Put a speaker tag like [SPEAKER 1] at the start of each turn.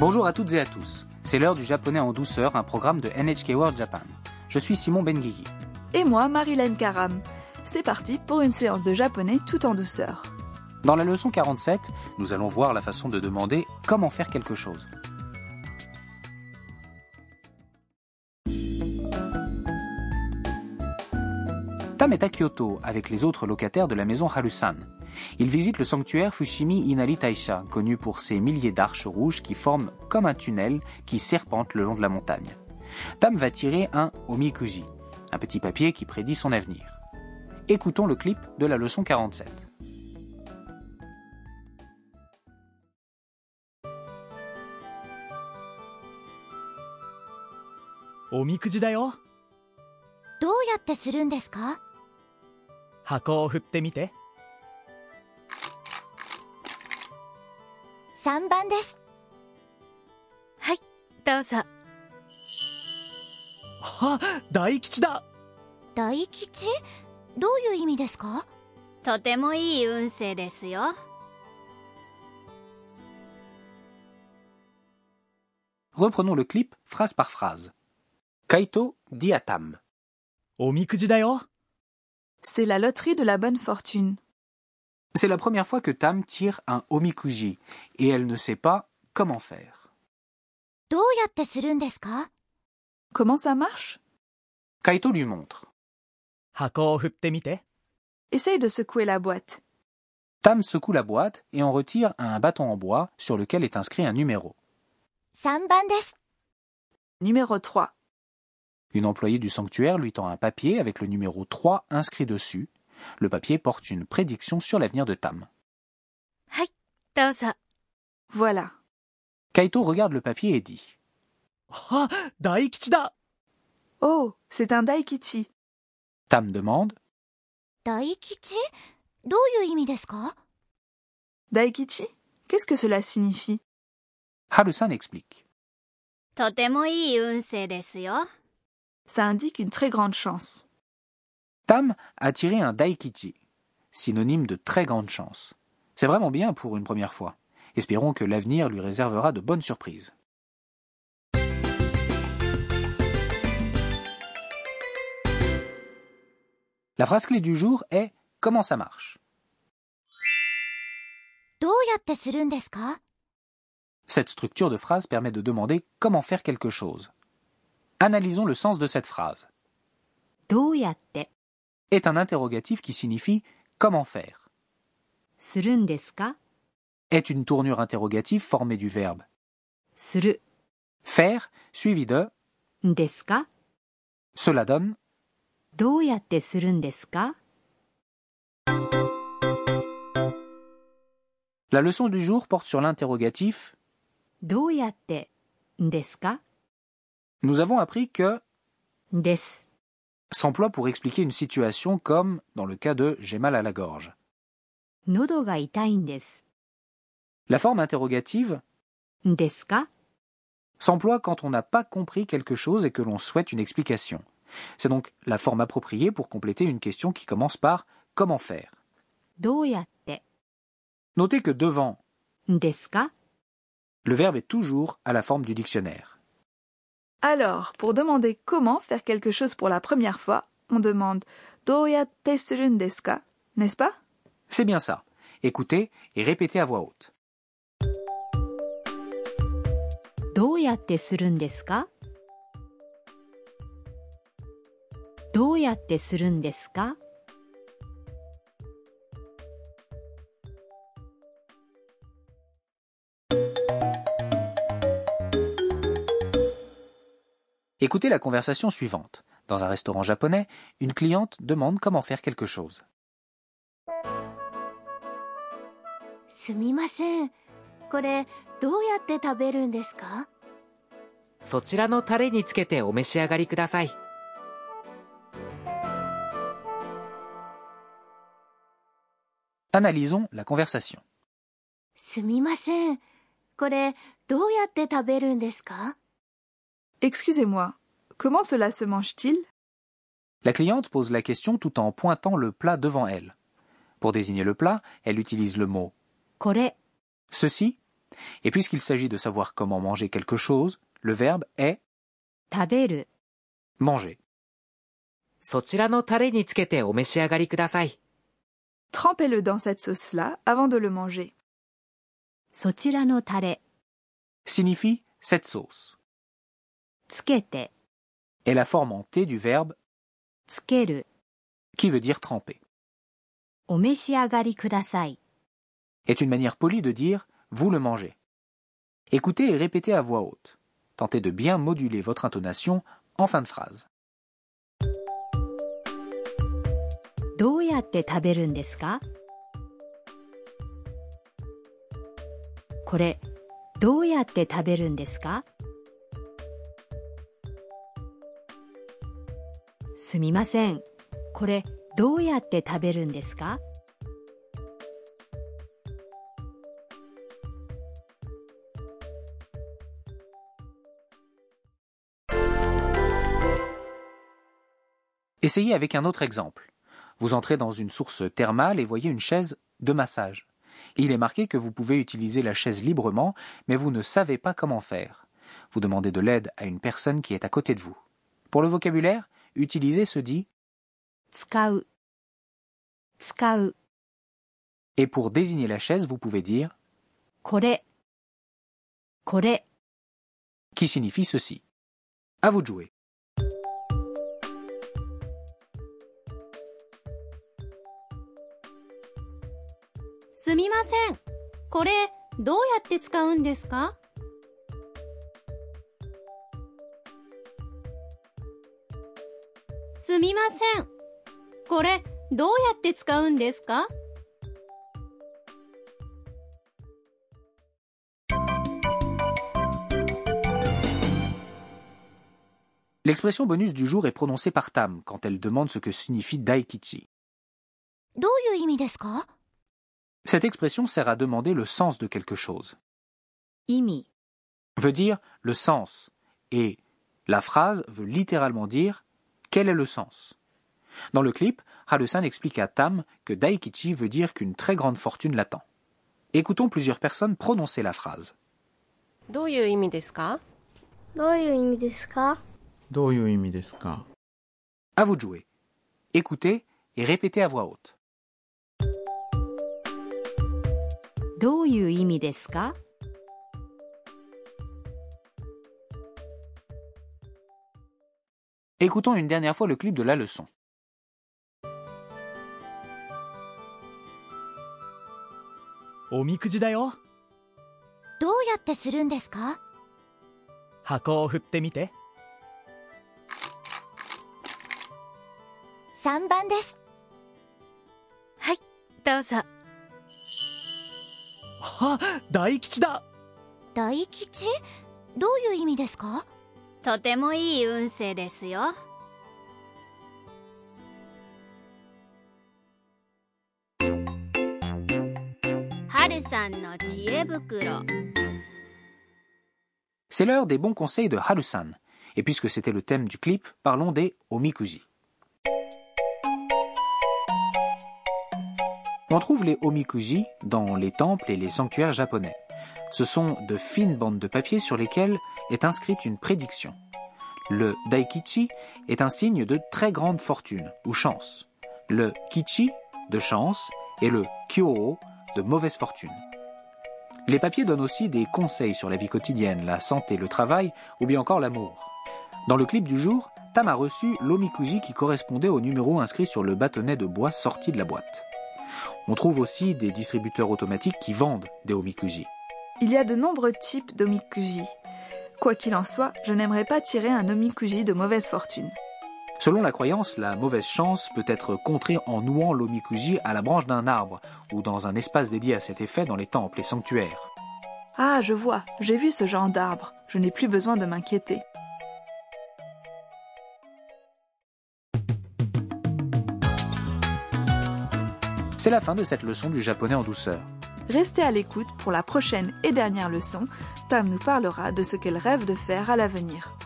[SPEAKER 1] Bonjour à toutes et à tous. C'est l'heure du japonais en douceur, un programme de NHK World Japan. Je suis Simon Benguigui.
[SPEAKER 2] Et moi, Marilyn Karam. C'est parti pour une séance de japonais tout en douceur.
[SPEAKER 1] Dans la leçon 47, nous allons voir la façon de demander comment faire quelque chose. Tam est à Kyoto avec les autres locataires de la maison Harusan. Il visite le sanctuaire Fushimi Inari Taisha, connu pour ses milliers d'arches rouges qui forment comme un tunnel qui serpente le long de la montagne. Tam va tirer un omikuji, un petit papier qui prédit son avenir. Écoutons le clip de la leçon 47.
[SPEAKER 3] おみくじだよ
[SPEAKER 4] どうやってするんですか
[SPEAKER 3] 箱を振ってみて
[SPEAKER 4] ?3 番です。はい、どうぞ。
[SPEAKER 3] あ大吉だ
[SPEAKER 4] 大吉どういう意味ですか
[SPEAKER 5] とてもいい運勢ですよは
[SPEAKER 1] Reprenons le clip phrase par phrase. Kaito dit à Tam.
[SPEAKER 3] おみくじだよ
[SPEAKER 2] C'est la loterie de la bonne fortune.
[SPEAKER 1] C'est la première fois que Tam tire un omikuji et elle ne sait pas comment faire.
[SPEAKER 4] どうやってするんですか
[SPEAKER 2] Comment ça marche
[SPEAKER 1] Kaito lui montre.
[SPEAKER 3] 箱を振ってみて
[SPEAKER 2] Essaye de secouer la boîte.
[SPEAKER 1] Tam secoue la boîte et en retire un bâton en bois sur lequel est inscrit un numéro.
[SPEAKER 4] ?3 番です。
[SPEAKER 2] Numéro 3.
[SPEAKER 1] Une employée du sanctuaire lui tend un papier avec le numéro 3 inscrit dessus. Le papier porte une prédiction sur l'avenir de Tam.
[SPEAKER 4] どうぞ。
[SPEAKER 2] Voilà.
[SPEAKER 1] Kaito regarde le papier et dit.
[SPEAKER 3] あ大吉だ
[SPEAKER 2] Oh, c'est un daikichi.
[SPEAKER 1] Tam demande.
[SPEAKER 4] 大吉どういう意味ですか
[SPEAKER 2] Daikichi Qu'est-ce que cela signifie
[SPEAKER 1] Harusan explique.
[SPEAKER 5] とてもいい運勢ですよ
[SPEAKER 2] Ça indique une très grande chance.
[SPEAKER 1] Tam a tiré un daikichi, synonyme de très grande chance. C'est vraiment bien pour une première fois. Espérons que l'avenir lui réservera de bonnes surprises. La phrase clé du jour est Comment ça marche
[SPEAKER 4] どうやってするんですか
[SPEAKER 1] Cette structure de phrase permet de demander comment faire quelque chose. Analysons le sens de cette phrase.
[SPEAKER 6] どうやって、
[SPEAKER 1] Est un interrogatif qui signifie comment faire.
[SPEAKER 6] するんですか
[SPEAKER 1] Est une tournure interrogative formée du verbe
[SPEAKER 6] する、
[SPEAKER 1] faire suivi de
[SPEAKER 6] んですか
[SPEAKER 1] cela donne.
[SPEAKER 6] どうやってするんですか
[SPEAKER 1] La leçon du jour porte sur l'interrogatif
[SPEAKER 6] どうやって、んですか
[SPEAKER 1] nous avons appris que
[SPEAKER 6] です。
[SPEAKER 1] s'emploie pour expliquer une situation comme dans le cas de j'ai mal à la gorge.
[SPEAKER 6] 喉が痛いんです。
[SPEAKER 1] La forme interrogative
[SPEAKER 6] んですか
[SPEAKER 1] s'emploie quand on n'a pas compris quelque chose et que l'on souhaite une explication. C'est donc la forme appropriée pour compléter une question qui commence par comment faire.
[SPEAKER 6] どうやって、
[SPEAKER 1] Notez que devant,
[SPEAKER 6] んですか
[SPEAKER 1] le verbe est toujours à la forme du dictionnaire.
[SPEAKER 2] Alors, pour demander comment faire quelque chose pour la première fois, on demande doyatte surun desu ka n'est-ce pas
[SPEAKER 1] C'est bien ça. Écoutez et répétez à voix haute.
[SPEAKER 6] どうやってするんですかどうやってするんですか
[SPEAKER 1] Écoutez la conversation suivante. Dans un restaurant japonais, une cliente demande comment faire quelque chose.
[SPEAKER 4] すみません。これ、どうやって食べるんですか
[SPEAKER 7] そちらのタレにつけてお召し上がりください。
[SPEAKER 1] Analysons la conversation.
[SPEAKER 4] すみません。これ、どうやって食べるんですか
[SPEAKER 2] Excusez-moi, comment cela se mange-t-il
[SPEAKER 1] La cliente pose la question tout en pointant le plat devant elle. Pour désigner le plat, elle utilise le mot
[SPEAKER 6] これ、
[SPEAKER 1] ceci Et puisqu'il s'agit de savoir comment manger quelque chose, le verbe est
[SPEAKER 6] 食べる
[SPEAKER 1] manger.
[SPEAKER 7] そちらのタレにつけてお召し上がりください。
[SPEAKER 2] Trempez-le dans cette sauce-là avant de le manger.
[SPEAKER 6] そちらのタレ
[SPEAKER 1] signifie cette sauce.
[SPEAKER 6] つけて
[SPEAKER 1] est la forme en T du verbe
[SPEAKER 6] つける
[SPEAKER 1] qui veut dire tremper.
[SPEAKER 6] お召し上がりください
[SPEAKER 1] Est une manière polie de dire vous le mangez. Écoutez et répétez à voix haute. Tentez de bien moduler votre intonation en fin de phrase.
[SPEAKER 6] どうやって食べるんですかこれどうやって食べるんですかすみませんこれどうやって食べるんですか
[SPEAKER 1] Essayez avec un autre exemple. Vous entrez dans une source thermale et voyez une chaise de massage. Il est marqué que vous pouvez utiliser la chaise librement, mais vous ne savez pas comment faire. Vous demandez de l'aide à une personne qui est à côté de vous. Pour le vocabulaire, utiliser se dit
[SPEAKER 6] 使う使う
[SPEAKER 1] et pour désigner la chaise, vous pouvez dire
[SPEAKER 6] これこれ
[SPEAKER 1] qui signifie ceci. À vous de jouer.
[SPEAKER 4] 「すみませんこれどうやって使うんですか?」「すみませんこれどうやって使うんですか?」
[SPEAKER 1] L'expression bonus du jour est prononcée par Tam quand elle demande ce que signifie daikichi.
[SPEAKER 4] どういう意味ですか
[SPEAKER 1] Cette expression sert à demander le sens de quelque chose.
[SPEAKER 6] 意味
[SPEAKER 1] Veut dire le sens et la phrase veut littéralement dire quel est le sens. Dans le clip, Harusan explique à Tam que daikichi veut dire qu'une très grande fortune l'attend. Écoutons plusieurs personnes prononcer la phrase.
[SPEAKER 8] どういう意味ですか
[SPEAKER 9] どういう意味ですか
[SPEAKER 10] どういう意味ですか
[SPEAKER 1] À vous de jouer. Écoutez et répétez à voix haute.
[SPEAKER 6] どういう意味ですか
[SPEAKER 1] エ c o u t o n une dernière fois le clip de la leçon.
[SPEAKER 3] おみくじだよ
[SPEAKER 4] どうやってするんですか
[SPEAKER 3] 箱を振ってみて
[SPEAKER 4] 3番ですはいどうぞ
[SPEAKER 3] あ大吉だ
[SPEAKER 4] 大吉どういう意味ですか
[SPEAKER 5] とてもいい運勢ですよはるさんの知恵袋
[SPEAKER 1] C'est l'heure des bons conseils de Harusan. Et puisque c'était le thème du clip, parlons des omikuji. On trouve les omikuji dans les temples et les sanctuaires japonais. Ce sont de fines bandes de papier sur lesquelles est inscrite une prédiction. Le daikichi est un signe de très grande fortune ou chance. Le kichi de chance et le kyoo de mauvaise fortune. Les papiers donnent aussi des conseils sur la vie quotidienne, la santé, le travail ou bien encore l'amour. Dans le clip du jour, Tam a reçu l'omikuji qui correspondait au numéro inscrit sur le bâtonnet de bois sorti de la boîte. On trouve aussi des distributeurs automatiques qui vendent des omikuji.
[SPEAKER 2] Il y a de nombreux types d'omikuji. Quoi qu'il en soit, je n'aimerais pas tirer un omikuji de mauvaise fortune.
[SPEAKER 1] Selon la croyance, la mauvaise chance peut être contrée en nouant l'omikuji à la branche d'un arbre ou dans un espace dédié à cet effet dans les temples et sanctuaires.
[SPEAKER 2] Ah, je vois, j'ai vu ce genre d'arbre. Je n'ai plus besoin de m'inquiéter.
[SPEAKER 1] C'est la fin de cette leçon du japonais en douceur.
[SPEAKER 2] Restez à l'écoute pour la prochaine et dernière leçon. Tam nous parlera de ce qu'elle rêve de faire à l'avenir.